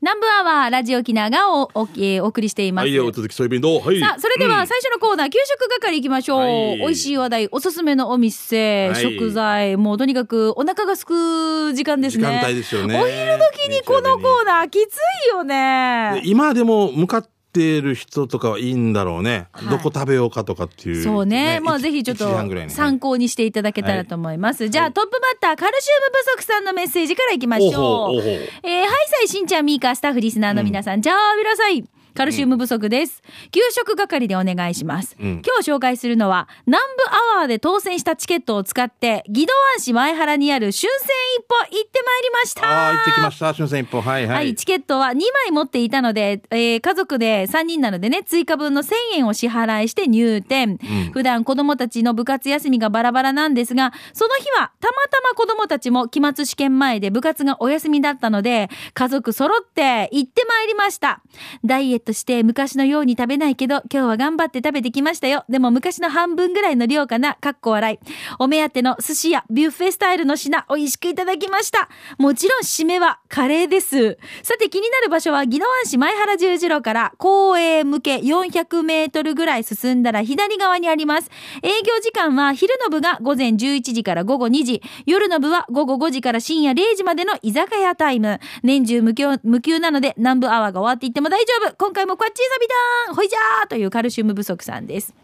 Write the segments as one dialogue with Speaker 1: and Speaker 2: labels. Speaker 1: 南部アワーラジオ沖縄がおお,、えーお送りしています。
Speaker 2: はいよ、続きソイビンどうはい。
Speaker 1: さあ、それでは最初のコーナー、給食係行きましょう。
Speaker 2: はい
Speaker 1: 美味しい話題、おすすめのお店、
Speaker 2: はい
Speaker 1: 食材、もうとにかくお腹がすく時間です
Speaker 2: 時
Speaker 1: ね。
Speaker 2: 間帯ですよね。
Speaker 1: お昼時にこのコーナー、きついよね
Speaker 2: で。今でも向かってる人とかはいいんだろうね、
Speaker 1: はい
Speaker 2: どこ食べようかとかっていう、
Speaker 1: そうね。まあ
Speaker 2: 一
Speaker 1: ぜひちょっ
Speaker 2: 一時
Speaker 1: と
Speaker 2: 半ぐらいに
Speaker 1: 参考にしていただけたらと思います。じゃあ、トップバッター、カルシウム不足さんのメッセージからいきましょう。
Speaker 2: おうほうおうほう
Speaker 1: えー、ハイサイしんちゃん、ミーカスタッフリスナーの皆さん、じゃあ、皆さん、カルシウム不足です。給食係でお願いします。
Speaker 2: うん
Speaker 1: 今日紹介するのは、南部アワーで当選したチケットを使って、宜野湾市前原にある春戦一歩行ってまいりました。
Speaker 2: ああ行ってきました春戦一歩はいは、
Speaker 1: はいい、チケットは2枚持っていたので、えー家族で3人なのでね、追加分の1000円を支払いして入店。普段子供たちの部活休みがバラバラなんですが、その日はたまたま子供たちも期末試験前で部活がお休みだったので、家族揃って行ってまいりました。ダイエットして昔のように食べないけど、今日は頑張って食べてきましたよ。でも昔の半分ぐらいの量かな、かっこ笑い。お目当ての寿司やビュッフェスタイルの品、美味しくいただきました。もちろん締めはカレーです。さて気になる場所は宜野湾市前原十字路から公営向け400メートルぐらい進んだら左側にあります。営業時間は昼の部が午前11時から午後2時、夜の部は午後5時から深夜0時までの居酒屋タイム。年中無休無休なので南部アワーが終わっていっても大丈夫。今回もこっちサビだーんほいじゃーというカルシウム不足さんです。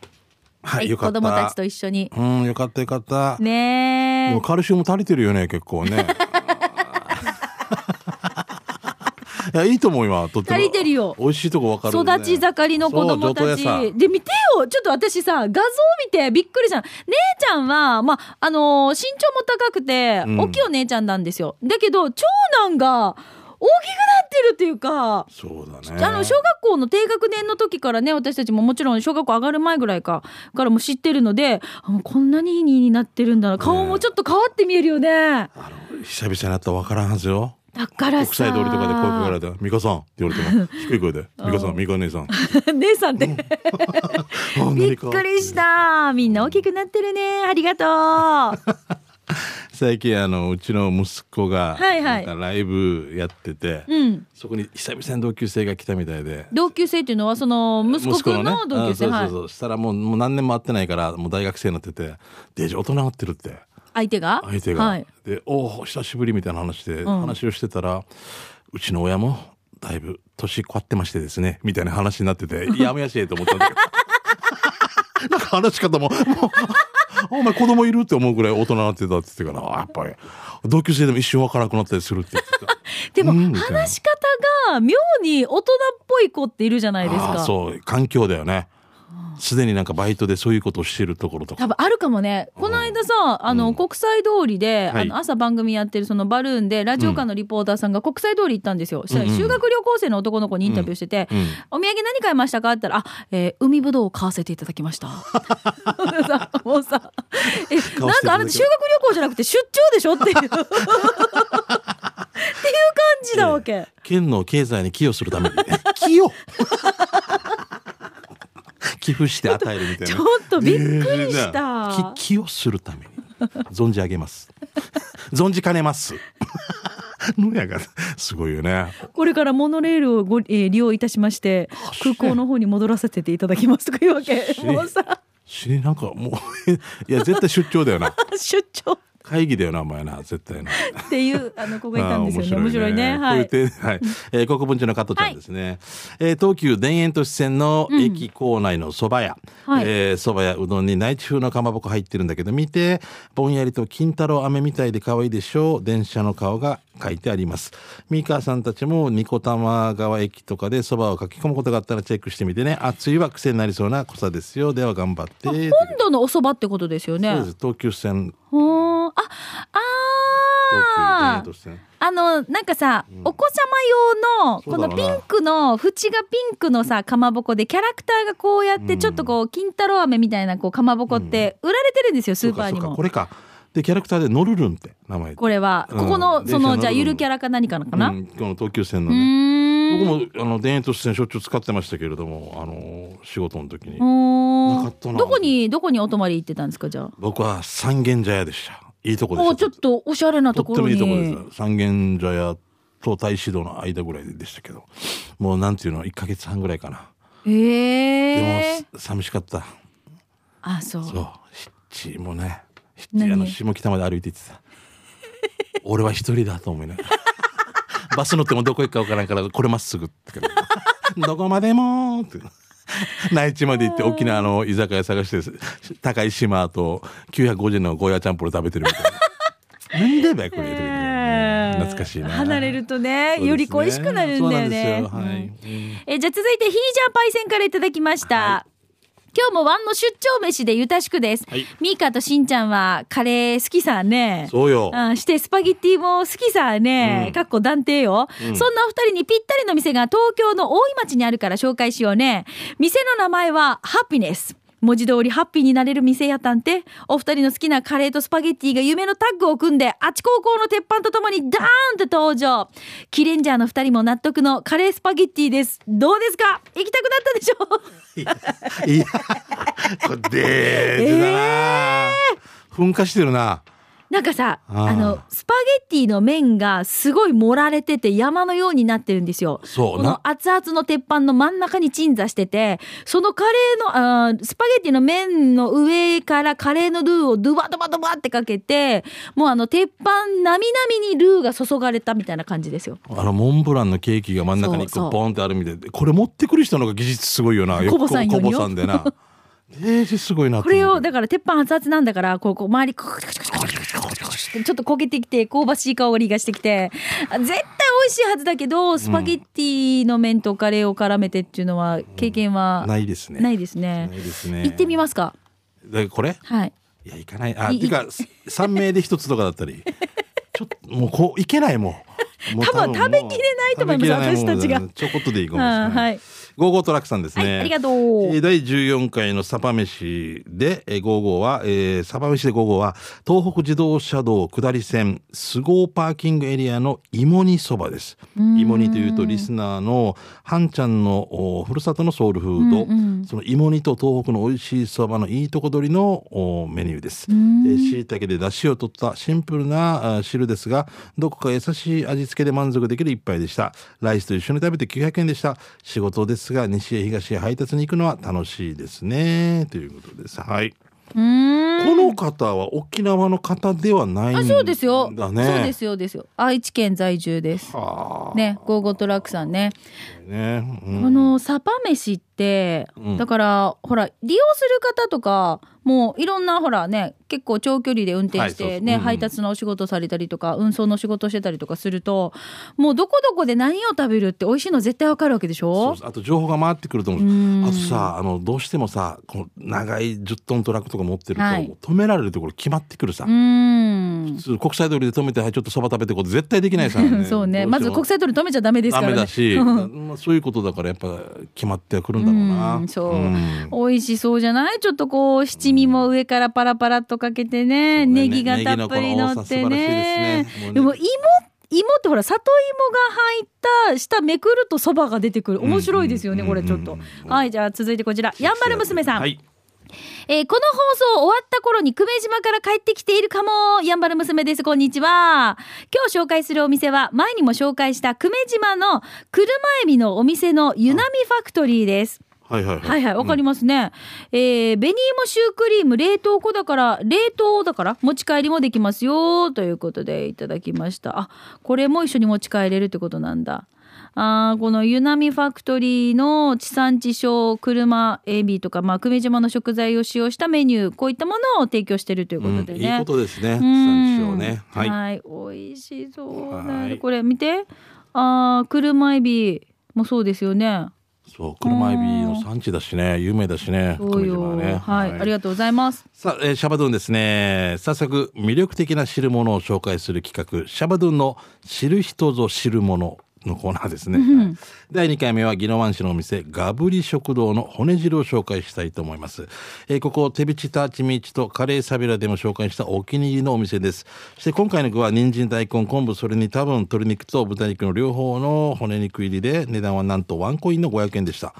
Speaker 2: はい
Speaker 1: はい
Speaker 2: よか
Speaker 1: 子
Speaker 2: った
Speaker 1: 供たちと一緒に。
Speaker 2: うんよかったよかった、
Speaker 1: ね
Speaker 2: で
Speaker 1: ー
Speaker 2: もカルシウム足りてるよね結構 ねいやいいと思う今とっても
Speaker 1: 足りてるよ
Speaker 2: 美味しいとこわかるんで
Speaker 1: 育ち盛りの子供たち。
Speaker 2: そう上等やさ
Speaker 1: で、見てよちょっと私さ、画像見てびっくりした。姉ちゃんは、まあ、あのー身長も高くて、
Speaker 2: うん
Speaker 1: 大きいお姉ちゃんなんですよ。だけど、長男が大きくなってるっていうか、
Speaker 2: そうだね
Speaker 1: あの小学校の低学年の時からね私たちももちろん小学校上がる前ぐらいかからも知ってるのであもうこんなにいいになってるんだな顔もちょっと変わって見えるよね
Speaker 2: あの久々に会ったらわからんはずよ
Speaker 1: だから
Speaker 2: 国
Speaker 1: さ
Speaker 2: 際通りとかで声かけられたら「美香さん」って言われても 低い声で「美香さん美香姉さん」
Speaker 1: 姉さんって
Speaker 2: あ
Speaker 1: びっくりしたみんな大きくなってるねありがとう
Speaker 2: 最近あのうちの息子が
Speaker 1: はいはい
Speaker 2: なんかライブやってて、
Speaker 1: うん
Speaker 2: そこに久々に同級生が来たみたいで
Speaker 1: 同級生っていうのはその息子くんの同級生、
Speaker 2: うんそう
Speaker 1: は
Speaker 2: そ
Speaker 1: いう
Speaker 2: そう、したらもうもう何年も会ってないからもう大学生になってて「デージ大人になってる」って
Speaker 1: 相手が
Speaker 2: 相手が、
Speaker 1: はい、
Speaker 2: で「おお久しぶり」みたいな話で、話をしてたらうちの親もだいぶ年こわってましてですねみたいな話になって て「やむやしえ」と思ったんだけどなんか話し方ももう。お前子供いるって思うぐらい大人になってたって言ってからあやっぱり同級生でも一瞬わからなくなったりするって言ってた
Speaker 1: でも
Speaker 2: うん
Speaker 1: 話し方が妙に大人っぽい子っているじゃないです
Speaker 2: あ
Speaker 1: か
Speaker 2: あそう環境だよねすでになんかバイトでそういうことをしてるところとか
Speaker 1: 多分あるかもねこの間さあの、国際通りで、
Speaker 2: はい
Speaker 1: あの朝番組やってるそのバルーンでラジオ館のリポーターさんが国際通り行ったんですよ、したら修学旅行生の男の子にインタビューしてて、
Speaker 2: うん
Speaker 1: お土産何買いましたかって言ったら「あ、えー海ぶどうを買わせていただきました」 さもうさえ
Speaker 2: た
Speaker 1: なんかあなた修学旅行じゃなくて出張でしょっていう っていう感じなわけ、
Speaker 2: 県の経済に寄与す るために寄与 寄付して与えるみたいな
Speaker 1: ちょっとびっくりした
Speaker 2: えーなき寄与するために存じ上げます 存じかねますのやがすごいよね
Speaker 1: これからモノレールをご、えー利用いたしまして空港の方に戻らせていただきますとかいうわけ
Speaker 2: し
Speaker 1: もうさ
Speaker 2: しなんかもう いや絶対出張だよな
Speaker 1: 出張
Speaker 2: 会議だよなお前な絶対な
Speaker 1: っていうあの子がいたんですよね
Speaker 2: あー
Speaker 1: 面白いね
Speaker 2: こ
Speaker 1: は
Speaker 2: ういう
Speaker 1: い
Speaker 2: 丁寧はい。えー国分寺の加藤ちゃんですね。えー東急田園都市線の駅構内の蕎麦屋。
Speaker 1: はい
Speaker 2: えー蕎麦屋うどんに内地風のかまぼこ入ってるんだけど、見て、ぼんやりと金太郎飴みたいで可愛いでしょう。電車の顔が書いてあります。三川さんたちも二子玉川駅とかで蕎麦を書き込むことがあったらチェックしてみてね。暑いは癖になりそうな濃さですよ。では頑張って。
Speaker 1: 本土のお蕎麦ってことですよね
Speaker 2: そうです。東急線、
Speaker 1: ほーあ
Speaker 2: 東急田
Speaker 1: あー
Speaker 2: 園都市線。
Speaker 1: あのなんかさ、お子様用の
Speaker 2: そ
Speaker 1: こ
Speaker 2: うだ
Speaker 1: の
Speaker 2: ろうな
Speaker 1: ピンクの縁がピンクのさかまぼこでキャラクターがこうやってちょっとこう金太郎飴みたいなこうかまぼこって売られてるんですよスーパーに
Speaker 2: そうかそうか
Speaker 1: も
Speaker 2: こ。れか。で、キャラクターでノルルンって名前。
Speaker 1: これは
Speaker 2: う
Speaker 1: こ
Speaker 2: ん
Speaker 1: このそ
Speaker 2: 電車
Speaker 1: の
Speaker 2: の
Speaker 1: じゃあゆるキャラか何かなかな。
Speaker 2: うん、この東急線の
Speaker 1: う
Speaker 2: ね。
Speaker 1: ーん
Speaker 2: 僕もあの田園都市線しょっちゅう使ってましたけれども、あの仕事の時に、
Speaker 1: おー
Speaker 2: なかったな
Speaker 1: どこにどこにお泊まり行ってたんですかじゃあ。
Speaker 2: 僕は三軒茶屋でした。いいとこでし
Speaker 1: お
Speaker 2: た。
Speaker 1: ちょっとおしゃれな
Speaker 2: と
Speaker 1: とこ
Speaker 2: って
Speaker 1: ろ
Speaker 2: もい
Speaker 1: に
Speaker 2: いところです。三軒茶屋と体指導の間ぐらいでしたけどもうなんていうの1か月半ぐらいかな
Speaker 1: え
Speaker 2: で
Speaker 1: え
Speaker 2: も寂しかった
Speaker 1: あそう
Speaker 2: そう七もね七
Speaker 1: 何
Speaker 2: あの下北まで歩いて行ってた 俺は一人だと思いながら バス乗ってもどこ行くかわからんからこれまっすぐってからど こまでもーって内地まで行って沖縄の居酒屋探して高い島と950円のゴーヤーチャンプル食べてるみたい ななんでだよこれ、
Speaker 1: ええ
Speaker 2: 懐かしいな
Speaker 1: 離れるとね
Speaker 2: そうですね
Speaker 1: より恋しくなるんだよね
Speaker 2: そうなんですよは
Speaker 1: う
Speaker 2: い
Speaker 1: んえじゃあ続いてヒージャーパイセンからいただきました、今日もワンの出張飯でゆたしくです、
Speaker 2: はい
Speaker 1: ミーカとしんちゃんはカレー好きさね
Speaker 2: そうよ
Speaker 1: んしてスパゲッティも好きさね、
Speaker 2: うん
Speaker 1: かっこ断定よ、そんなお二人にぴったりの店が東京の大井町にあるから紹介しようね店の名前はハピネス文字通りハッピーになれる店やたんてお二人の好きなカレーとスパゲッティが夢のタッグを組んであち高校の鉄板とともにダーンと登場キレンジャーの二人も納得のカレースパゲッティですどうですか行きたくなったでしょう
Speaker 2: いや、これデーズだな、噴火してるな。
Speaker 1: なんかさ
Speaker 2: あー
Speaker 1: あのスパゲッティの麺がすごい盛られてて山のようになってるんですよ。
Speaker 2: そう
Speaker 1: こ
Speaker 2: な
Speaker 1: の熱々の鉄板の真ん中に鎮座しててそのカレーのあースパゲッティの麺の上からカレーのルーをドバドバドバってかけてもうあの鉄板なみなみにルーが注がれたみたいな感じですよ。
Speaker 2: あのモンブランのケーキが真ん中に一
Speaker 1: そうそ
Speaker 2: 個
Speaker 1: う
Speaker 2: ボンってあるみたいでこれ持ってくる人の方が技術すごいよな
Speaker 1: コボさんよりよ
Speaker 2: コボさんでなデージすごいなと
Speaker 1: こ
Speaker 2: 思う
Speaker 1: れをだから鉄板熱々なんだからこうこう周りこうってちょっと焦げてきて香ばしい香りがしてきてあ絶対美味しいはずだけどスパゲッティの麺とカレーを絡めてっていうのは経験は
Speaker 2: ないですね
Speaker 1: ないいですね
Speaker 2: ないですね
Speaker 1: 行ってみますか
Speaker 2: でこれ
Speaker 1: はい
Speaker 2: いや行かないあ
Speaker 1: い
Speaker 2: てか3名で一つとかだったりちょっともうこういけないもうもう
Speaker 1: 多分
Speaker 2: もう
Speaker 1: 食べきれないと思います
Speaker 2: 食べきれなもんだ
Speaker 1: 私たちが
Speaker 2: ちょこっとでいいかもしれ
Speaker 1: あ
Speaker 2: な
Speaker 1: ーはいい
Speaker 2: ゴーゴートラックさんですね、
Speaker 1: はいありがとう
Speaker 2: えー第14回のサバ飯で、えー、ゴーゴーは、えー、サバ飯でゴーゴーは、東北自動車道下り線、菅生パーキングエリアの芋煮そばです。芋煮というと、リスナーの、はんちゃんのおふるさとのソウルフード、その芋煮と東北の美味しいそばのいいとこ取りのおメニューです。えー、椎茸で出汁を取ったシンプルなあー汁ですが、どこか優しい味付けで満足できる一杯でした。ライスと一緒に食べて900円でした。仕事ですが、西へ東へ配達に行くのは楽しいですね。ということです。はい。
Speaker 1: うーん
Speaker 2: この方は沖縄の方ではないんだ
Speaker 1: あ
Speaker 2: ね。
Speaker 1: そうですよ、
Speaker 2: だ
Speaker 1: そうで
Speaker 2: ね。
Speaker 1: すよですよ愛知県在住です
Speaker 2: はあ。
Speaker 1: ねゴーゴートラックさんね
Speaker 2: ね。うん
Speaker 1: このサパ飯って、
Speaker 2: うん
Speaker 1: だからほら利用する方とかもういろんなほらね結構長距離で運転し
Speaker 2: はいそう
Speaker 1: て
Speaker 2: そう
Speaker 1: ね、
Speaker 2: うんうん
Speaker 1: 配達のお仕事されたりとか運送の仕事してたりとかするともうどこどこで何を食べるって美味しいの絶対わかるわけでし
Speaker 2: そ
Speaker 1: ょ
Speaker 2: うそうあと情報が回ってくると思う
Speaker 1: うん
Speaker 2: あとさあのどうしてもさこの長い10トントラックとか持ってると、
Speaker 1: はい
Speaker 2: もう止められるところ決まってくるさ、
Speaker 1: うーん
Speaker 2: 普通国際通りで止めて「はいちょっとそば食べてこう」絶対できないさ、ね
Speaker 1: そうね
Speaker 2: ど
Speaker 1: ま
Speaker 2: して
Speaker 1: ず
Speaker 2: も
Speaker 1: 国際通り止めちゃダメですからね
Speaker 2: ダメだ し、
Speaker 1: うん
Speaker 2: まあ、そういうことだからやっぱ決まってはくるんだろうな
Speaker 1: うんそう
Speaker 2: うん
Speaker 1: 美味しそうじゃないちょっとこう七味も上からパラパラっとかけてね,、
Speaker 2: そ
Speaker 1: ネ
Speaker 2: うだね
Speaker 1: ギがたっぷり乗ってね
Speaker 2: ネギのこの多さ素晴らしいですねもうね
Speaker 1: でも芋芋ってほら里芋が入った下めくるとそばが出てくる面白いですよね、
Speaker 2: うんうんうん
Speaker 1: これちょっと、
Speaker 2: うんうん
Speaker 1: はいじゃあ続いてこちらやんばる娘さん、
Speaker 2: はい
Speaker 1: えーこの放送終わった頃に久米島から帰ってきているかも。やんばる娘です。こんにちは。今日紹介するお店は、前にも紹介した久米島の車エビのお店のゆなみファクトリーです。
Speaker 2: はいはいはい
Speaker 1: はいはい、わかりますね。えー、紅芋シュークリーム、冷凍庫だから、冷凍だから、持ち帰りもできますよ、ということでいただきました。あ、これも一緒に持ち帰れるってことなんだ。あーこの湯波ファクトリーの地産地消車エビとか、まあ、久米島の食材を使用したメニューこういったものを提供してるということでね。
Speaker 2: うんいいことですね
Speaker 1: うん
Speaker 2: 産地をねはい
Speaker 1: 美味しそうな
Speaker 2: はい
Speaker 1: これ見てあー車エビもそうですよね
Speaker 2: そう車エビの産地だしね有名だしね
Speaker 1: そう
Speaker 2: 久米島
Speaker 1: よ、
Speaker 2: はね
Speaker 1: はい、ありがとうございます
Speaker 2: さあ、えーシャバドゥンですね。早速、魅力的な汁物を紹介する企画、シャバドゥンの知る人ぞ知るもののコーナーですね。はい第2回目は、宜野湾市のお店、ガブリ食堂の骨汁を紹介したいと思います。えーここ、手びちターチミーチとカレーサビラでも紹介したお気に入りのお店です。そして今回の具は、人参、大根、昆布、それに多分鶏肉と豚肉の両方の骨肉入りで、値段はなんとワンコインの500円でした。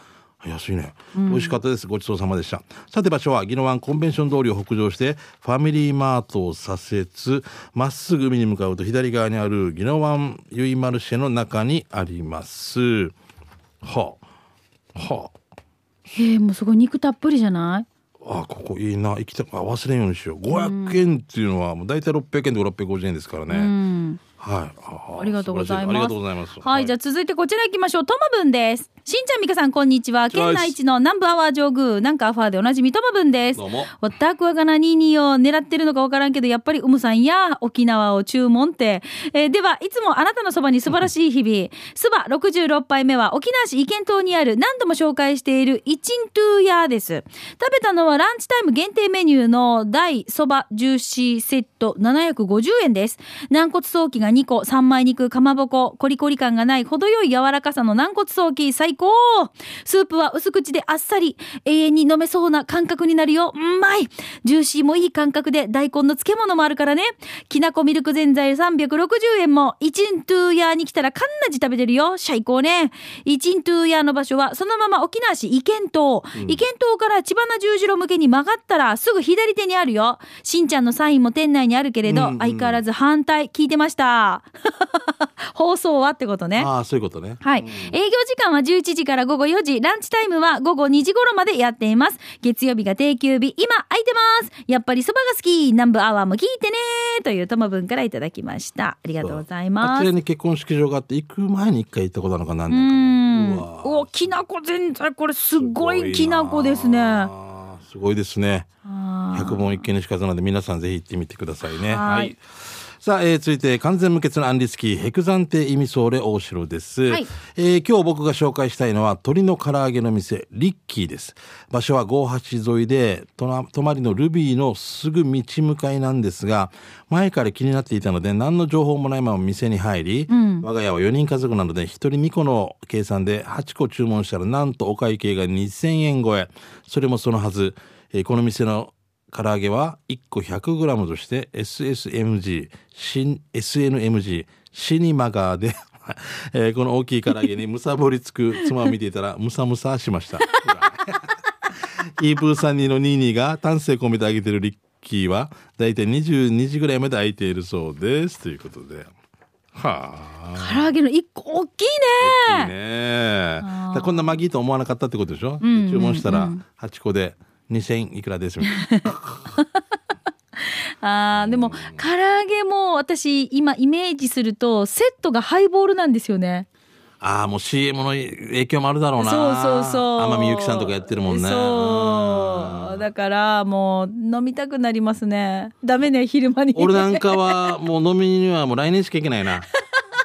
Speaker 2: 安いね、美味しかったですごちそうさまでしたさて場所は宜野湾コンベンション通りを北上してファミリーマートを左折まっすぐ海に向かうと左側にある宜野湾ゆいマルシェの中にありますはあは
Speaker 1: へえもうすごい肉たっぷりじゃない
Speaker 2: ああここいいな行きたくあ忘れんようにしよう500円っていうのはもう大体600円と650円ですからね、
Speaker 1: うん
Speaker 2: はいあ
Speaker 1: ありがとうございます
Speaker 2: 素晴らしありがとうございます
Speaker 1: はい、じゃあ続いてこちら行きましょう。トマブンです。しんちゃん、みかさん、こんにちは。
Speaker 2: こんにちは
Speaker 1: 県内一の南部アワー上宮、なんかアファーでおなじみ、トマブンです。
Speaker 2: どうも
Speaker 1: おったくわがなにーにーを狙ってるのかわからんけど、やっぱりうむさんや沖縄を注文って。えーでは、いつもあなたのそばに素晴らしい日々。そば66杯目は沖縄市意見島にある何度も紹介しているイチントゥーヤーです。食べたのはランチタイム限定メニューの大そばジューシーセット750円です。軟骨早期が2個、三枚肉、かまぼこ、コリコリ感がない程よい柔らかさの軟骨早期、最高スープは薄口であっさり、永遠に飲めそうな感覚になるよ。うまいジューシーもいい感覚で大根の漬物もあるからね。きなこミルクぜんざい360円も、一ントゥーヤーに来たらかんなじ食べてるよ。最高ね。一ントゥーヤーの場所は、そのまま沖縄市意見島。意見島から千葉な十字路向けに曲がったら、すぐ左手にあるよ。しんちゃんのサインも店内にあるけれど、
Speaker 2: うんうん
Speaker 1: 相変わらず反対聞いてました。 放送はってことね。
Speaker 2: ああそういうことね
Speaker 1: はい。営業時間は11時から午後4時、ランチタイムは午後2時頃までやっています。月曜日が定休日、今空いてます。やっぱりそばが好き、南部アワーも聞いてねというともぶんからいただきました。ありがとうござい
Speaker 2: あ
Speaker 1: ま
Speaker 2: ち
Speaker 1: す
Speaker 2: ら。に結婚式場があって行く前に一回行ったことなのか何
Speaker 1: う
Speaker 2: 年
Speaker 1: ん
Speaker 2: かな。うわ
Speaker 1: お、きなこ全体、これすご
Speaker 2: すごい
Speaker 1: い
Speaker 2: な
Speaker 1: きなこですね。あ
Speaker 2: あーすごいですね
Speaker 1: ー
Speaker 2: 百問一見の仕方なので皆さんぜひ行ってみてくださいね
Speaker 1: はい
Speaker 2: さあ、えー続いて完全無欠のアンリスキーヘクザンテイミソーレ大城です、
Speaker 1: はい
Speaker 2: えー今日僕が紹介したいのは鶏の唐揚げの店リッキーです場所は58沿いでとな泊まりのルビーのすぐ道向かいなんですが前から気になっていたので何の情報もないまま店に入り、我が家は4人家族なので1人2個の計算で8個注文したらなんとお会計が2000円超えそれもそのはず、えーこの店の唐揚げは1個 100g として SSMG 新 SNMG シニマガーで、 えーこの大きい唐揚げにむさぼりつく妻を見ていたらむさむさしました イープーさんにのニーニーが丹精込めてあげてるリッキーはだいたい22時ぐらいまで空いているそうですということではあ
Speaker 1: 唐揚げの一個大きい
Speaker 2: いい
Speaker 1: ね。
Speaker 2: ね
Speaker 1: あー
Speaker 2: だこんなまぎいと思わなかったってことでしょ、
Speaker 1: んうんうん
Speaker 2: 注文したら8個で2000いくらですみたいな
Speaker 1: あーでも、唐揚げも私今イメージすると、セットがハイボールなんですよね。
Speaker 2: ああ、もう CM の影響もあるだろうな。
Speaker 1: そうそうそう
Speaker 2: 天海祐希さんとかやってるもんね。
Speaker 1: そううんだからもう飲みたくなりますねダメね昼間に
Speaker 2: 俺なんかは、もう飲みにはもう来年しか行けないな。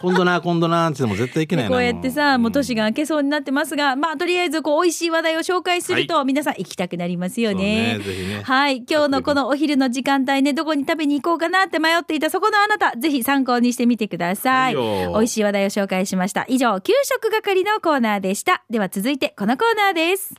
Speaker 2: 今度な、今度な、ってもう絶対行けないな。
Speaker 1: こうやってさもう
Speaker 2: 年
Speaker 1: 年が明けそうになってますが、まあとりあえずこう美味しい話題を紹介すると、皆さん行きたくなりますよね
Speaker 2: そうねぜひね
Speaker 1: はい今日のこのお昼の時間帯ねどこに食べに行こうかなって迷っていたそこのあなたぜひ参考にしてみてください、
Speaker 2: はいよ
Speaker 1: 美味しい話題を紹介しました以上給食係のコーナーでしたでは続いてこのコーナーです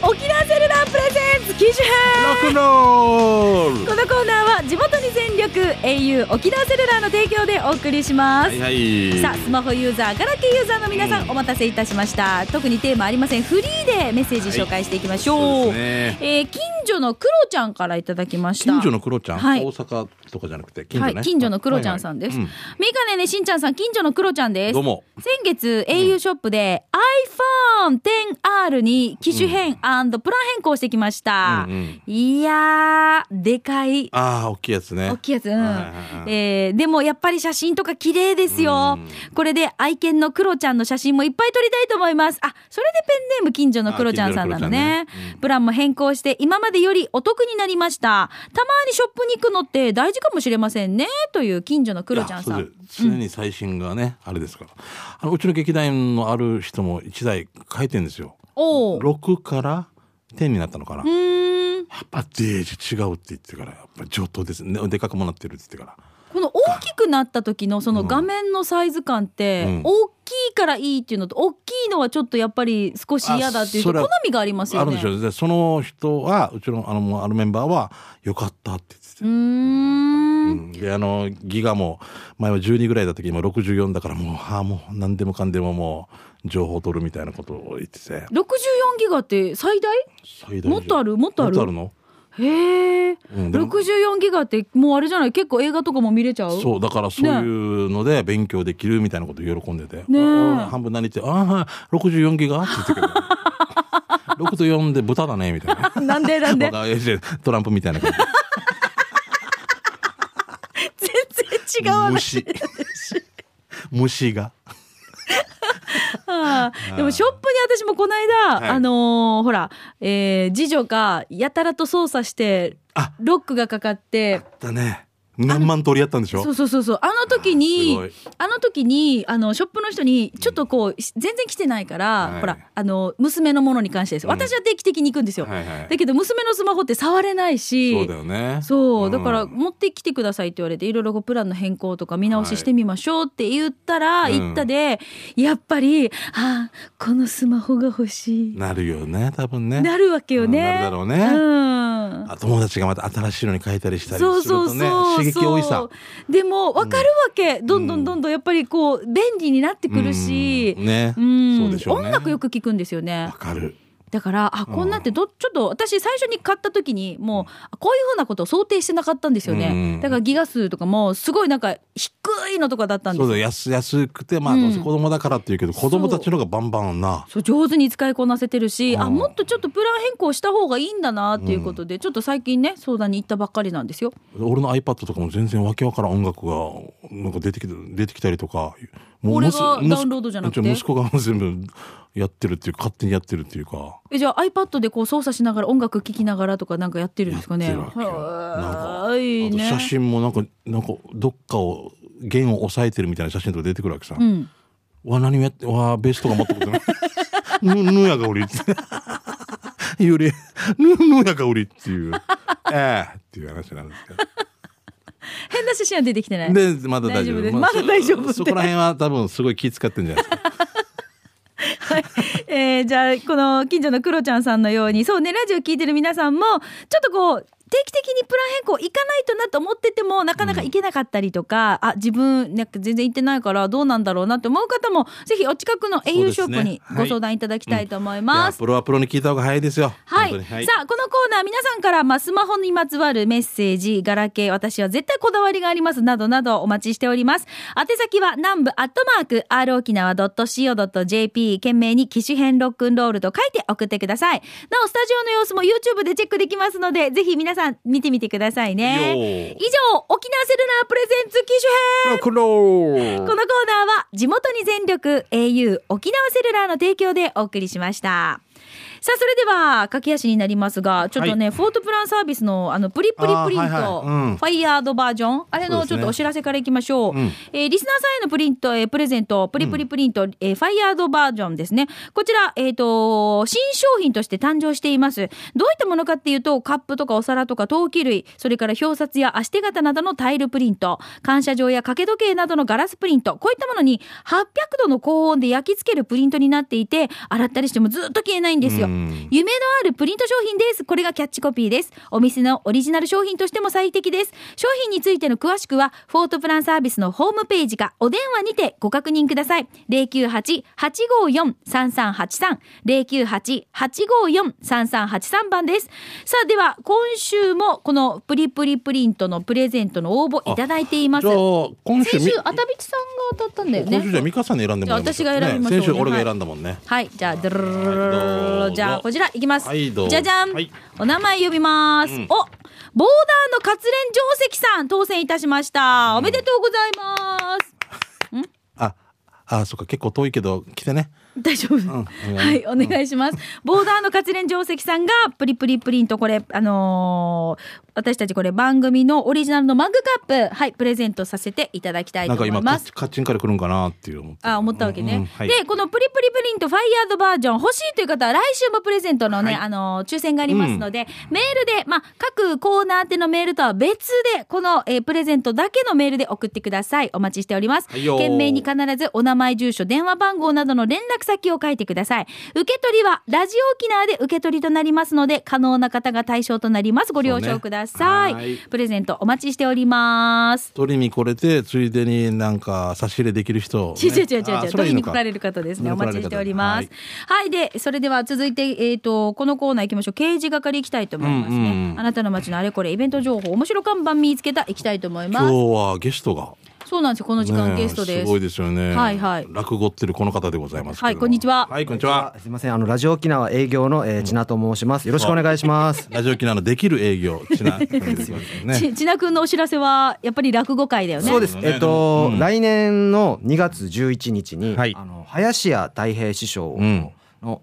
Speaker 1: 沖縄セルラープレゼンツ機種編
Speaker 2: ロックンロール
Speaker 1: このコーナーは地元に全力 au 沖縄セルラーの提供でお送りします、
Speaker 2: はいはい。
Speaker 1: さあスマホユーザーガラケーユーザーの皆さんお待たせいたしました特にテーマありませんフリーでメッセージ紹介していきましょう,、
Speaker 2: そうですね。
Speaker 1: えー近所のクロちゃんからいただきました
Speaker 2: 近所のクロちゃん、
Speaker 1: はい
Speaker 2: 大阪とかじゃなくて、近所ね。
Speaker 1: はい、近所のクロちゃんさんです。
Speaker 2: はい
Speaker 1: メ
Speaker 2: はい
Speaker 1: ガネねしんちゃんさん、近所のクロちゃんです。
Speaker 2: うんどうも。
Speaker 1: 先月、au ショップで iPhone XR に機種変プラン変更してきました。
Speaker 2: うんうん
Speaker 1: いやー、でかい
Speaker 2: ああ、大きいやつね。
Speaker 1: 大きいやつ、うん
Speaker 2: はいはいはい
Speaker 1: えーでもやっぱり写真とか綺麗ですよ、これで愛犬のクロちゃんの写真もいっぱい撮りたいと思いますあそれでペンネーム近所のクロちゃんさんなのね
Speaker 2: あ近所のクロちゃんねうん
Speaker 1: プランも変更して今までよりお得になりましたたまにショップに行くのって大事かもしれませんねという近所のクロちゃんさ
Speaker 2: いや
Speaker 1: ん
Speaker 2: そうです常に最新がね、あれですからあのうちの劇団のある人も1台書いてんですよ
Speaker 1: おおう
Speaker 2: 6から10になったのかな、やっ
Speaker 1: ーん
Speaker 2: ぱデージ違うって言ってからやっぱ上等ですねでかくもなってるって言ってから
Speaker 1: この大きくなった時のその画面のサイズ感って、
Speaker 2: うん
Speaker 1: 大きいからいいっていうのと大きいのはちょっとやっぱり少し嫌だっていう
Speaker 2: あ
Speaker 1: 人
Speaker 2: それ
Speaker 1: 好
Speaker 2: は
Speaker 1: みがありますよ
Speaker 2: あ
Speaker 1: ね。
Speaker 2: るんでしょうでその人はうちのあのもうあるメンバーは「よかった」って言ってて
Speaker 1: うーん
Speaker 2: うんであのギガも前は12ぐらいだった時今64だからもうああもう何でもかんでももう情報を取るみたいなことを言ってて
Speaker 1: 64ギガって最大
Speaker 2: 最大
Speaker 1: もっとあるもっとある
Speaker 2: もっとあるの
Speaker 1: へえ、
Speaker 2: うんでも
Speaker 1: 64ギガってもうあれじゃない結構映画とかも見れちゃう
Speaker 2: そうだからそういうので勉強できるみたいなこと喜んでて、
Speaker 1: ねえ
Speaker 2: ああ半分何って「ああはい64ギガ?」って言って たけど6と4で豚だねみたい な
Speaker 1: なんでなんで
Speaker 2: まだええトランプみたいな感じ
Speaker 1: 全然違う話
Speaker 2: 虫虫が
Speaker 1: はいでもショップに私もこの間、
Speaker 2: はい
Speaker 1: あのーほら、えー次女がやたらと操作して
Speaker 2: あ
Speaker 1: ロックがかかって
Speaker 2: だね何万通りやったんでしょ
Speaker 1: そうそうそうそうあの時に
Speaker 2: あーす
Speaker 1: あの時にあのショップの人にちょっとこう全然来てないから、
Speaker 2: はい
Speaker 1: ほらあの娘のものに関してです
Speaker 2: うん
Speaker 1: 私は定期的に行くんですよ、
Speaker 2: はいはい
Speaker 1: だけど娘のスマホって触れないし
Speaker 2: そうだよね
Speaker 1: そう、
Speaker 2: ん
Speaker 1: だから持ってきてくださいって言われていろいろこうプランの変更とか見直ししてみましょうって言ったら、
Speaker 2: はい
Speaker 1: 言ったで、やっぱり「あーこのスマホが欲しい
Speaker 2: なるよね多分」ね
Speaker 1: なるわけよね。
Speaker 2: うんなるだろうね
Speaker 1: うん
Speaker 2: あ友達がまた新しいのに変えたりしたりす
Speaker 1: そう
Speaker 2: る
Speaker 1: そ
Speaker 2: と
Speaker 1: う
Speaker 2: ね
Speaker 1: そう
Speaker 2: 刺激多いさ
Speaker 1: でも分かるわけ、どんどんどんどんやっぱりこう便利になってくるし、
Speaker 2: うんね
Speaker 1: うん
Speaker 2: そうでしょうね
Speaker 1: 音楽よく聞くんですよね
Speaker 2: わかる
Speaker 1: だからあこんなってどちょっと私最初に買った時にもうあこういうふうなことを想定してなかったんですよね、
Speaker 2: うん
Speaker 1: だからギガ数とかもすごいなんか低いのとかだったんです
Speaker 2: そう
Speaker 1: よ
Speaker 2: だよ安安くてまあ
Speaker 1: うん
Speaker 2: どうせ子供だからっていうけど子供たちの方がバンバンな
Speaker 1: そう上手に使いこなせてるし、
Speaker 2: うん
Speaker 1: あもっとちょっとプラン変更した方がいいんだなっていうことで、ちょっと最近ね相談に行ったばっかりなんですよ。
Speaker 2: 俺の iPad とかも全然わけわからん音楽がなんか出てきて出てきたりとかも
Speaker 1: 俺
Speaker 2: むす
Speaker 1: が
Speaker 2: むす
Speaker 1: ダウンロードじゃなくて
Speaker 2: うちの息子が全部やってるっていう勝手にやってるっていうか
Speaker 1: えじゃあ iPad でこう操作しながら音楽聴きながらとかなんかやってるんですかね。
Speaker 2: やってるわけよ
Speaker 1: は
Speaker 2: あ
Speaker 1: ーい
Speaker 2: と
Speaker 1: ね。
Speaker 2: 写真もなんかなんかどっかを弦を押さえてるみたいな写真とか出てくるわけさ、
Speaker 1: うん。
Speaker 2: わ何もやってわベースとか持ったことないぬぬやがおりってゆりぬぬやがおりっていうええっていう話なんですけど
Speaker 1: 変な写真は出てきてない。
Speaker 2: でまだ大
Speaker 1: 大丈
Speaker 2: 丈
Speaker 1: 夫
Speaker 2: 夫
Speaker 1: ですまだ大丈夫って
Speaker 2: そそこら辺は多分すごい気使ってんじゃないですか
Speaker 1: はい。 えーじゃあこの近所のクロちゃんさんのようにそうねラジオ聞いてる皆さんもちょっとこう。定期的にプラン変更行かないとなと思っててもなかなか行けなかったりとか、あ自分なんか全然行ってないからどうなんだろうなって思う方もぜひお近くの
Speaker 2: そ
Speaker 1: au
Speaker 2: うですね
Speaker 1: ショップにご相談いただきたいと思います。
Speaker 2: プロはプロに聞いた方が早いですよ
Speaker 1: はい、
Speaker 2: 本当に
Speaker 1: さあこのコーナー皆さんから、まあ、スマホにまつわるメッセージガラケー私は絶対こだわりがありますなどなどお待ちしております宛先は南部アットマーク r 沖縄 .co.jp 懸命に機種編ロックンロールと書いて送ってくださいなおスタジオの様子も YouTube でチェックできますのでぜひ皆さん見てみてくださいね
Speaker 2: よ
Speaker 1: 以
Speaker 2: ー
Speaker 1: 上沖縄セルラープレゼンツ機種編
Speaker 2: ロックンロール
Speaker 1: このコーナーは地元に全力 au 沖縄セルラーの提供でお送りしました。さあそれでは駆け足になりますがちょっとね、フォートプランサービスのあのプリプリプリント、
Speaker 2: あーはいはいうん
Speaker 1: ファイヤードバージョンあれ
Speaker 2: そう
Speaker 1: の
Speaker 2: です
Speaker 1: ち
Speaker 2: ね
Speaker 1: ょっとお知らせからいきましょう
Speaker 2: うん
Speaker 1: えーリスナーさんへのプリント、えープレゼントプリプリプリント、えーファイヤードバージョンですねこちら、えー、と新商品として誕生していますどういったものかっていうとカップとかお皿とか陶器類それから表札や足手形などのタイルプリント感謝状や掛け時計などのガラスプリントこういったものに800度の高温で焼き付けるプリントになっていて洗ったりしてもずっと消えないんですよ、
Speaker 2: うん
Speaker 1: 夢のあるプリント商品です。これがキャッチコピーです。お店のオリジナル商品としても最適です。商品についての詳しくは、フォートプランサービスのホームページかお電話にてご確認ください。098-854-3383。098-854-3383番です。さあ、では、今週もこのプリプリプリントのプレゼントの応募いただいています
Speaker 2: じゃあ。今週
Speaker 1: 先
Speaker 2: み
Speaker 1: 週、あたびちさんが当たったんだよ
Speaker 2: 今週じゃ
Speaker 1: ね。
Speaker 2: あ美香さんに選んでもらいましょう
Speaker 1: じゃあ私が選びましょう
Speaker 2: ね先週俺が選んだもんね、
Speaker 1: はい、じゃあ、ドゥルルルルルル
Speaker 2: はいどうぞ
Speaker 1: じゃあ、こちらいきます。
Speaker 2: はいどうぞ
Speaker 1: じゃじゃん、
Speaker 2: はい
Speaker 1: お名前呼びます。おボーダーの活連定石さん、当選いたしました。おめでとうございます。
Speaker 2: ああそっか結構遠いけど来てね
Speaker 1: 大丈夫、はい、お願いします。ボーダーの活連定石さんが、プリプリプリント、これ、あのー私たちこれ番組のオリジナルのマグカップ、はい、プレゼントさせていただきたいと
Speaker 2: なん
Speaker 1: 思
Speaker 2: か
Speaker 1: い
Speaker 2: 今カ
Speaker 1: ま
Speaker 2: ッ
Speaker 1: す
Speaker 2: チ。カッチンから来るんかなっていう思って
Speaker 1: あ思ったわけね、
Speaker 2: うんうんはい
Speaker 1: でこのプリプリプリントファイヤードバージョン欲しいという方は来週もプレゼントのね、あの抽選がありますので、メールで、まあ、各コーナー宛てのメールとは別でこの、えープレゼントだけのメールで送ってくださいお待ちしております、
Speaker 2: はいよー
Speaker 1: 懸命に必ずお名前住所電話番号などの連絡先を書いてください受け取りはラジオ沖縄で受け取りとなりますので可能な方が対象となりますご了
Speaker 2: そう
Speaker 1: 承
Speaker 2: ね
Speaker 1: くださ、
Speaker 2: はいい
Speaker 1: プレゼントお待ちしております
Speaker 2: 取りに来れてついでになんか差し入れできる人、
Speaker 1: 違う違う違う違う
Speaker 2: あそ
Speaker 1: 取
Speaker 2: い
Speaker 1: り
Speaker 2: い
Speaker 1: に
Speaker 2: の
Speaker 1: 来られる方ですね。お待ちしております。
Speaker 2: 取
Speaker 1: はい、で、それでは続いて、えっ、と、このコーナー行きましょう。刑事係行きたいと思いますね。
Speaker 2: うんうん
Speaker 1: あなたの街のあれこれ、イベント情報、面白看板見つけた、行きたいと思い
Speaker 2: 今
Speaker 1: ます。
Speaker 2: 日はゲストが
Speaker 1: そうなんですよ。この時間、
Speaker 2: ねえ
Speaker 1: ゲストです。
Speaker 2: ごいですよね。
Speaker 1: はいはい
Speaker 2: 落語ってるこの方でございますけど。
Speaker 1: はいこんにちは
Speaker 2: はいこんにちは。
Speaker 3: すみません、あのラジオ沖縄営業の、えー、千奈と申します。よろしくお願いします。
Speaker 2: ラジオ機能のできる営業 ちなですよね。
Speaker 1: ちちなくんのお知らせは、やっぱり落語会だよね。
Speaker 3: そうです。
Speaker 2: ね
Speaker 3: えっと、
Speaker 2: うん
Speaker 3: 来年の2月11日に、
Speaker 2: はい
Speaker 3: あの林家太平師匠
Speaker 2: う
Speaker 3: の
Speaker 2: ん,、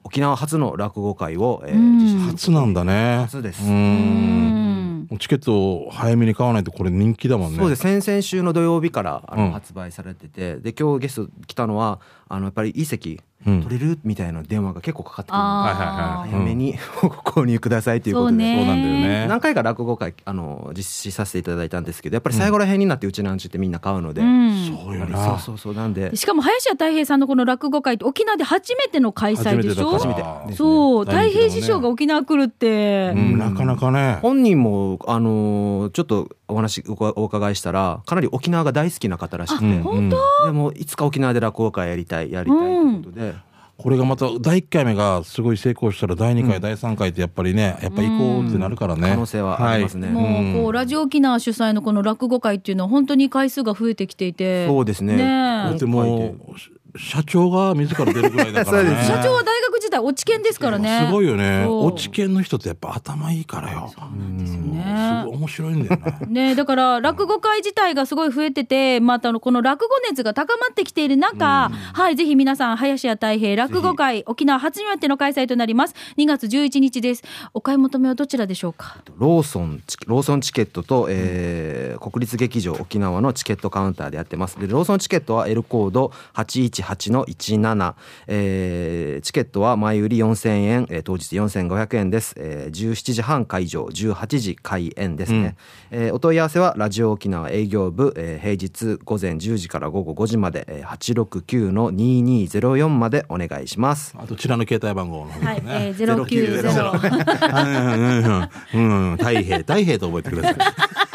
Speaker 3: 沖縄初の落語会を、え ー
Speaker 1: うん
Speaker 3: 実施
Speaker 2: 初なんだね。
Speaker 3: 初です
Speaker 2: うー
Speaker 1: うー
Speaker 2: ん。
Speaker 1: ん。
Speaker 2: チケットを早めに買わないとこれ人気だもんね。
Speaker 3: そうです。先々週の土曜日からあの、
Speaker 2: うん
Speaker 3: 発売されてて、で今日ゲスト来たのはあのやっぱりいい席
Speaker 2: うん
Speaker 3: 取れるみたいな電話が結構かかってくるの
Speaker 1: あ
Speaker 3: で、
Speaker 2: はいはい
Speaker 1: ー
Speaker 2: はい
Speaker 3: 早めにご購入くださいということで。
Speaker 2: そうなんだよね。
Speaker 3: 何回か落語会あの実施させていただいたんですけどやっぱり最後ら辺になってうちなんちってみんな買うので、
Speaker 1: うん
Speaker 2: そうよ
Speaker 3: そ
Speaker 2: な
Speaker 3: う。そうそうなんで
Speaker 1: でしかも林家太平さんのこの落語会って沖縄で初めての開催でしょ
Speaker 2: 初めてだから
Speaker 3: 初めて
Speaker 1: そう、
Speaker 2: ですね
Speaker 1: 太平師匠が沖縄来るって、
Speaker 2: うんなかなかね。
Speaker 3: 本人もあのーちょっとお話お伺お伺いしたらかなり沖縄が大好きな方らしくて、
Speaker 2: うん
Speaker 1: 本当
Speaker 3: でもいつか沖縄で落語会やりたいやりたいということで、
Speaker 2: これがまた第1回目がすごい成功したら第2回、第3回ってやっぱりねやっぱ行こうってなるからね、
Speaker 3: 可能性はありますね。
Speaker 1: もうこうラジオ沖縄主催のこの落語会っていうのは本当に回数が増えてきていて
Speaker 3: そうですね
Speaker 2: はい、だ
Speaker 1: ね
Speaker 2: ってもうし社長が自ら出るぐらいだからね
Speaker 3: そうです
Speaker 1: 社長は大学時代落ち研ですからね
Speaker 2: すごいよね
Speaker 1: そう
Speaker 2: 落ち研の人ってやっぱ頭いいからよ
Speaker 1: ですよ
Speaker 2: す
Speaker 1: ね
Speaker 2: ごい面白いんだよね
Speaker 1: ね、だから落語会自体がすごい増えててまたあのこの落語熱が高まってきている中、はいぜひ皆さん林家太平落語会沖縄初にわっての開催となります2月11日ですお買い求めはどちらでしょうか
Speaker 3: ローソンチローソンチケットと、えー国立劇場沖縄のチケットカウンターでやってますでローソンチケットは L コード818の17、えーチケットは前売り4000円、えー当日4500円です、えー17時半会場18時開演ですね、えーお問い合わせはラジオ沖縄営業部、えー平日午前10時から午後5時まで、えー、869の2204までお願いします
Speaker 2: あとちらの携帯番号の方
Speaker 1: はい、
Speaker 2: ね、
Speaker 1: えー、090
Speaker 2: 090うんうん太平太平と覚えてくださ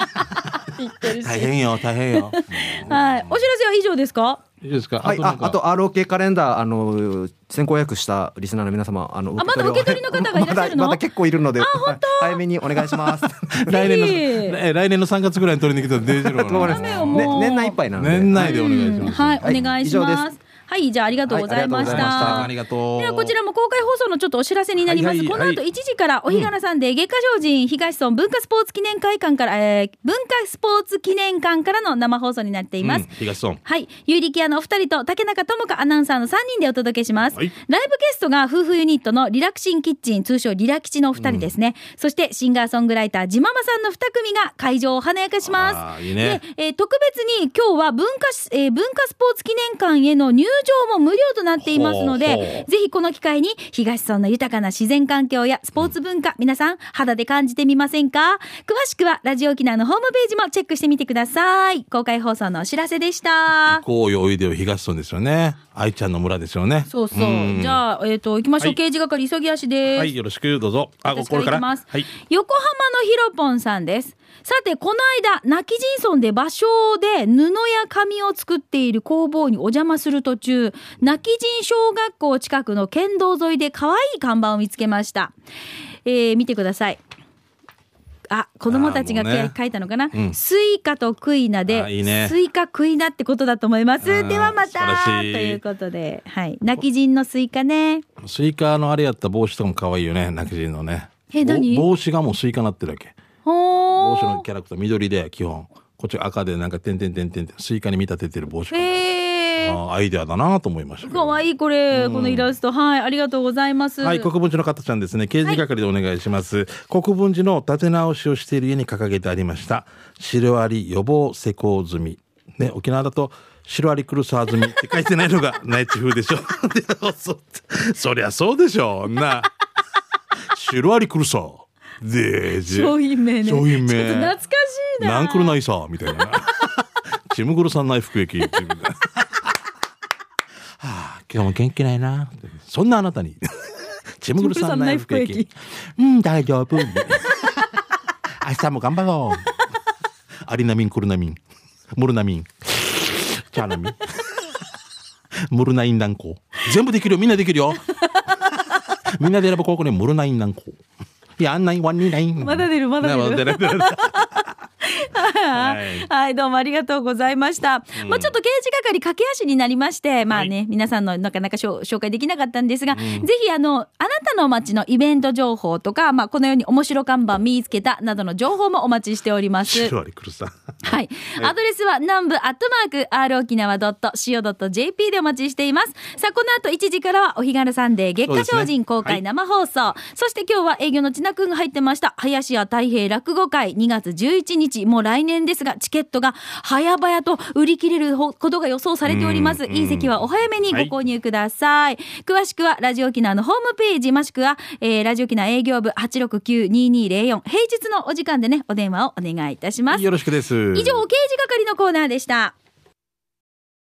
Speaker 2: い大変よ大変よ
Speaker 1: はいお知らせは以上ですか
Speaker 2: いいですか
Speaker 3: はい、あ
Speaker 2: なんか
Speaker 3: あと ROK カレンダーあの先行予約したリスナーの皆様あの
Speaker 1: あまだ受け取りの方がいらっしゃるの
Speaker 3: まだまだ結構いるので早めにお願いします
Speaker 2: 来年の
Speaker 1: ぜひ
Speaker 2: え来年の3月ぐらいに取りに来たら出てるわ
Speaker 3: ごめんな
Speaker 1: ダメ
Speaker 3: さ
Speaker 1: よ
Speaker 3: い
Speaker 1: もう
Speaker 3: ね年内いっぱいなので
Speaker 2: 年内でお願いします、
Speaker 1: はい、お願いし
Speaker 3: はい以上
Speaker 1: ま。
Speaker 3: です
Speaker 1: はい、じゃあありがとうございまし
Speaker 3: は
Speaker 1: た。
Speaker 2: ありがとう
Speaker 1: ではこちらも公開放送のちょっとお知らせになります。
Speaker 2: はいはい
Speaker 1: この後
Speaker 2: は
Speaker 1: 1時からお日柄さんで月下精進東村文化スポーツ記念会館から、えー文化スポーツ記念館からの生放送になっています。
Speaker 2: うん東村
Speaker 1: はい。ユーリキアのお二人と竹中智香アナウンサーの3人でお届けします。
Speaker 2: はい
Speaker 1: ライブゲストが夫婦ユニットのリラクシンキッチン、通称リラ吉のお二人ですね。そしてシンガーソングライター、ジママさんの2組が会場を華やかしま
Speaker 2: あ
Speaker 1: す。
Speaker 2: ーいいね
Speaker 1: で、えー特別に今日は文化し、えー文化スポーツ記念館への入場も無料となっていますの
Speaker 2: ほうほ
Speaker 1: で、
Speaker 2: う
Speaker 1: ぜひこの機会に東村の豊かな自然環境やスポーツ文化、皆さん肌で感じてみませんか詳しくはラジオ沖縄のホームページもチェックしてみてください。公開放送のお知らせでした。
Speaker 2: こうよおいでよ東村ですよね愛ちゃんの村ですよね
Speaker 1: そうそう。じゃあ、えっ、と、行きましょう。
Speaker 2: はい
Speaker 1: 刑事係、急ぎ足です。
Speaker 2: はいよろしくどうぞあ
Speaker 1: 私からいきます、
Speaker 2: はい
Speaker 1: 横浜のひろぽんさんですさてこの間泣き人村で芭蕉で布や紙を作っている工房にお邪魔する途中泣き人小学校近くの県道沿いで可愛い看板を見つけました、えー見てくださいあ子供たちが
Speaker 2: あーもうね
Speaker 1: 書いたのかな、
Speaker 2: うん
Speaker 1: スイカとクイナ
Speaker 2: あ
Speaker 1: で
Speaker 2: ーいいね
Speaker 1: スイカクイナってことだと思います
Speaker 2: うん
Speaker 1: ではま
Speaker 2: 素
Speaker 1: た
Speaker 2: 晴ら
Speaker 1: と
Speaker 2: しい
Speaker 1: いうことで、はい、泣き人のスイカね
Speaker 2: スイカのあれやった帽子とかも可愛いよね、泣き人のね。
Speaker 1: え何
Speaker 2: ぼ帽子がもうスイカになってるわけ。
Speaker 1: ほ
Speaker 2: 帽
Speaker 1: ー
Speaker 2: 子のキャラクター緑で基本。こっちが赤でなんか点々点々点々スイカに見立ててる帽子。
Speaker 1: へえ
Speaker 2: あアイデアだなと思いましたけど
Speaker 1: かわいいこれ、
Speaker 2: うん
Speaker 1: このイラストはいありがとうございます、
Speaker 2: はい、国分寺の方ちゃんですね。刑事係でお願いします。国分寺の立て直しをしている家に掲げてありました。シロアリ予防施工済み。ね、沖縄だと、シロアリクルサー済みって書いてないのが 内地風でしょ。でそそりゃそうでしょ。 な。シロアリクルサー。で、じ
Speaker 1: 商品名ね
Speaker 2: 商品名
Speaker 1: ちょっと懐かしいな
Speaker 2: なんくるないさ、みたい な。ちむぐるさんない服役。みたいなはあ、今日も元気ないな。そんなあなたに。 ちむぐるさんない服
Speaker 1: ちむぐる
Speaker 2: 役。うん、大丈 夫。明日も頑張ろう。アリナミン、クルナミン、モルナミン、チャーナミン、モルナイン軟膏。全部できるよ、みんなできる よ。みんなで選ぶ高校ね、モルナイン軟膏。いや、あんない、ワンニーナイン。
Speaker 1: まだ出るまだ出る
Speaker 2: ねま出 る
Speaker 1: はい、はいどうもありがとうございました。まあちょっと刑事係駆け足になりまして、まあね、皆さんのなかなかしょ紹介できなかったんですが、ぜひあの、あなたの街のイベント情報とか、まあこのように面白看板見つけたなどの情報もお待ちしております。
Speaker 2: シロアリクルさん。
Speaker 1: はい。アドレスは南部アットマーク r 沖縄 .co.jp でお待ちしています。さあ、この後1時からはお日柄サンデー月
Speaker 2: そう
Speaker 1: 下
Speaker 2: ですね
Speaker 1: 精進公
Speaker 2: は
Speaker 1: 開
Speaker 2: い
Speaker 1: 生放送。そ,、して今日は営業の千奈くんが入ってました。林家太平落語会2月11日、もう来年ですが、チケットが早々と売り切れるほことが予想されております。いい席はお早めにご購入ください。詳しくはラジオ沖縄のホームページ、もしくは、えーラジオ沖縄営業部869-2204平日のお時間でね、お電話をお願いいたします。
Speaker 2: よろしくです。
Speaker 1: 以上、刑事係のコーナーでした。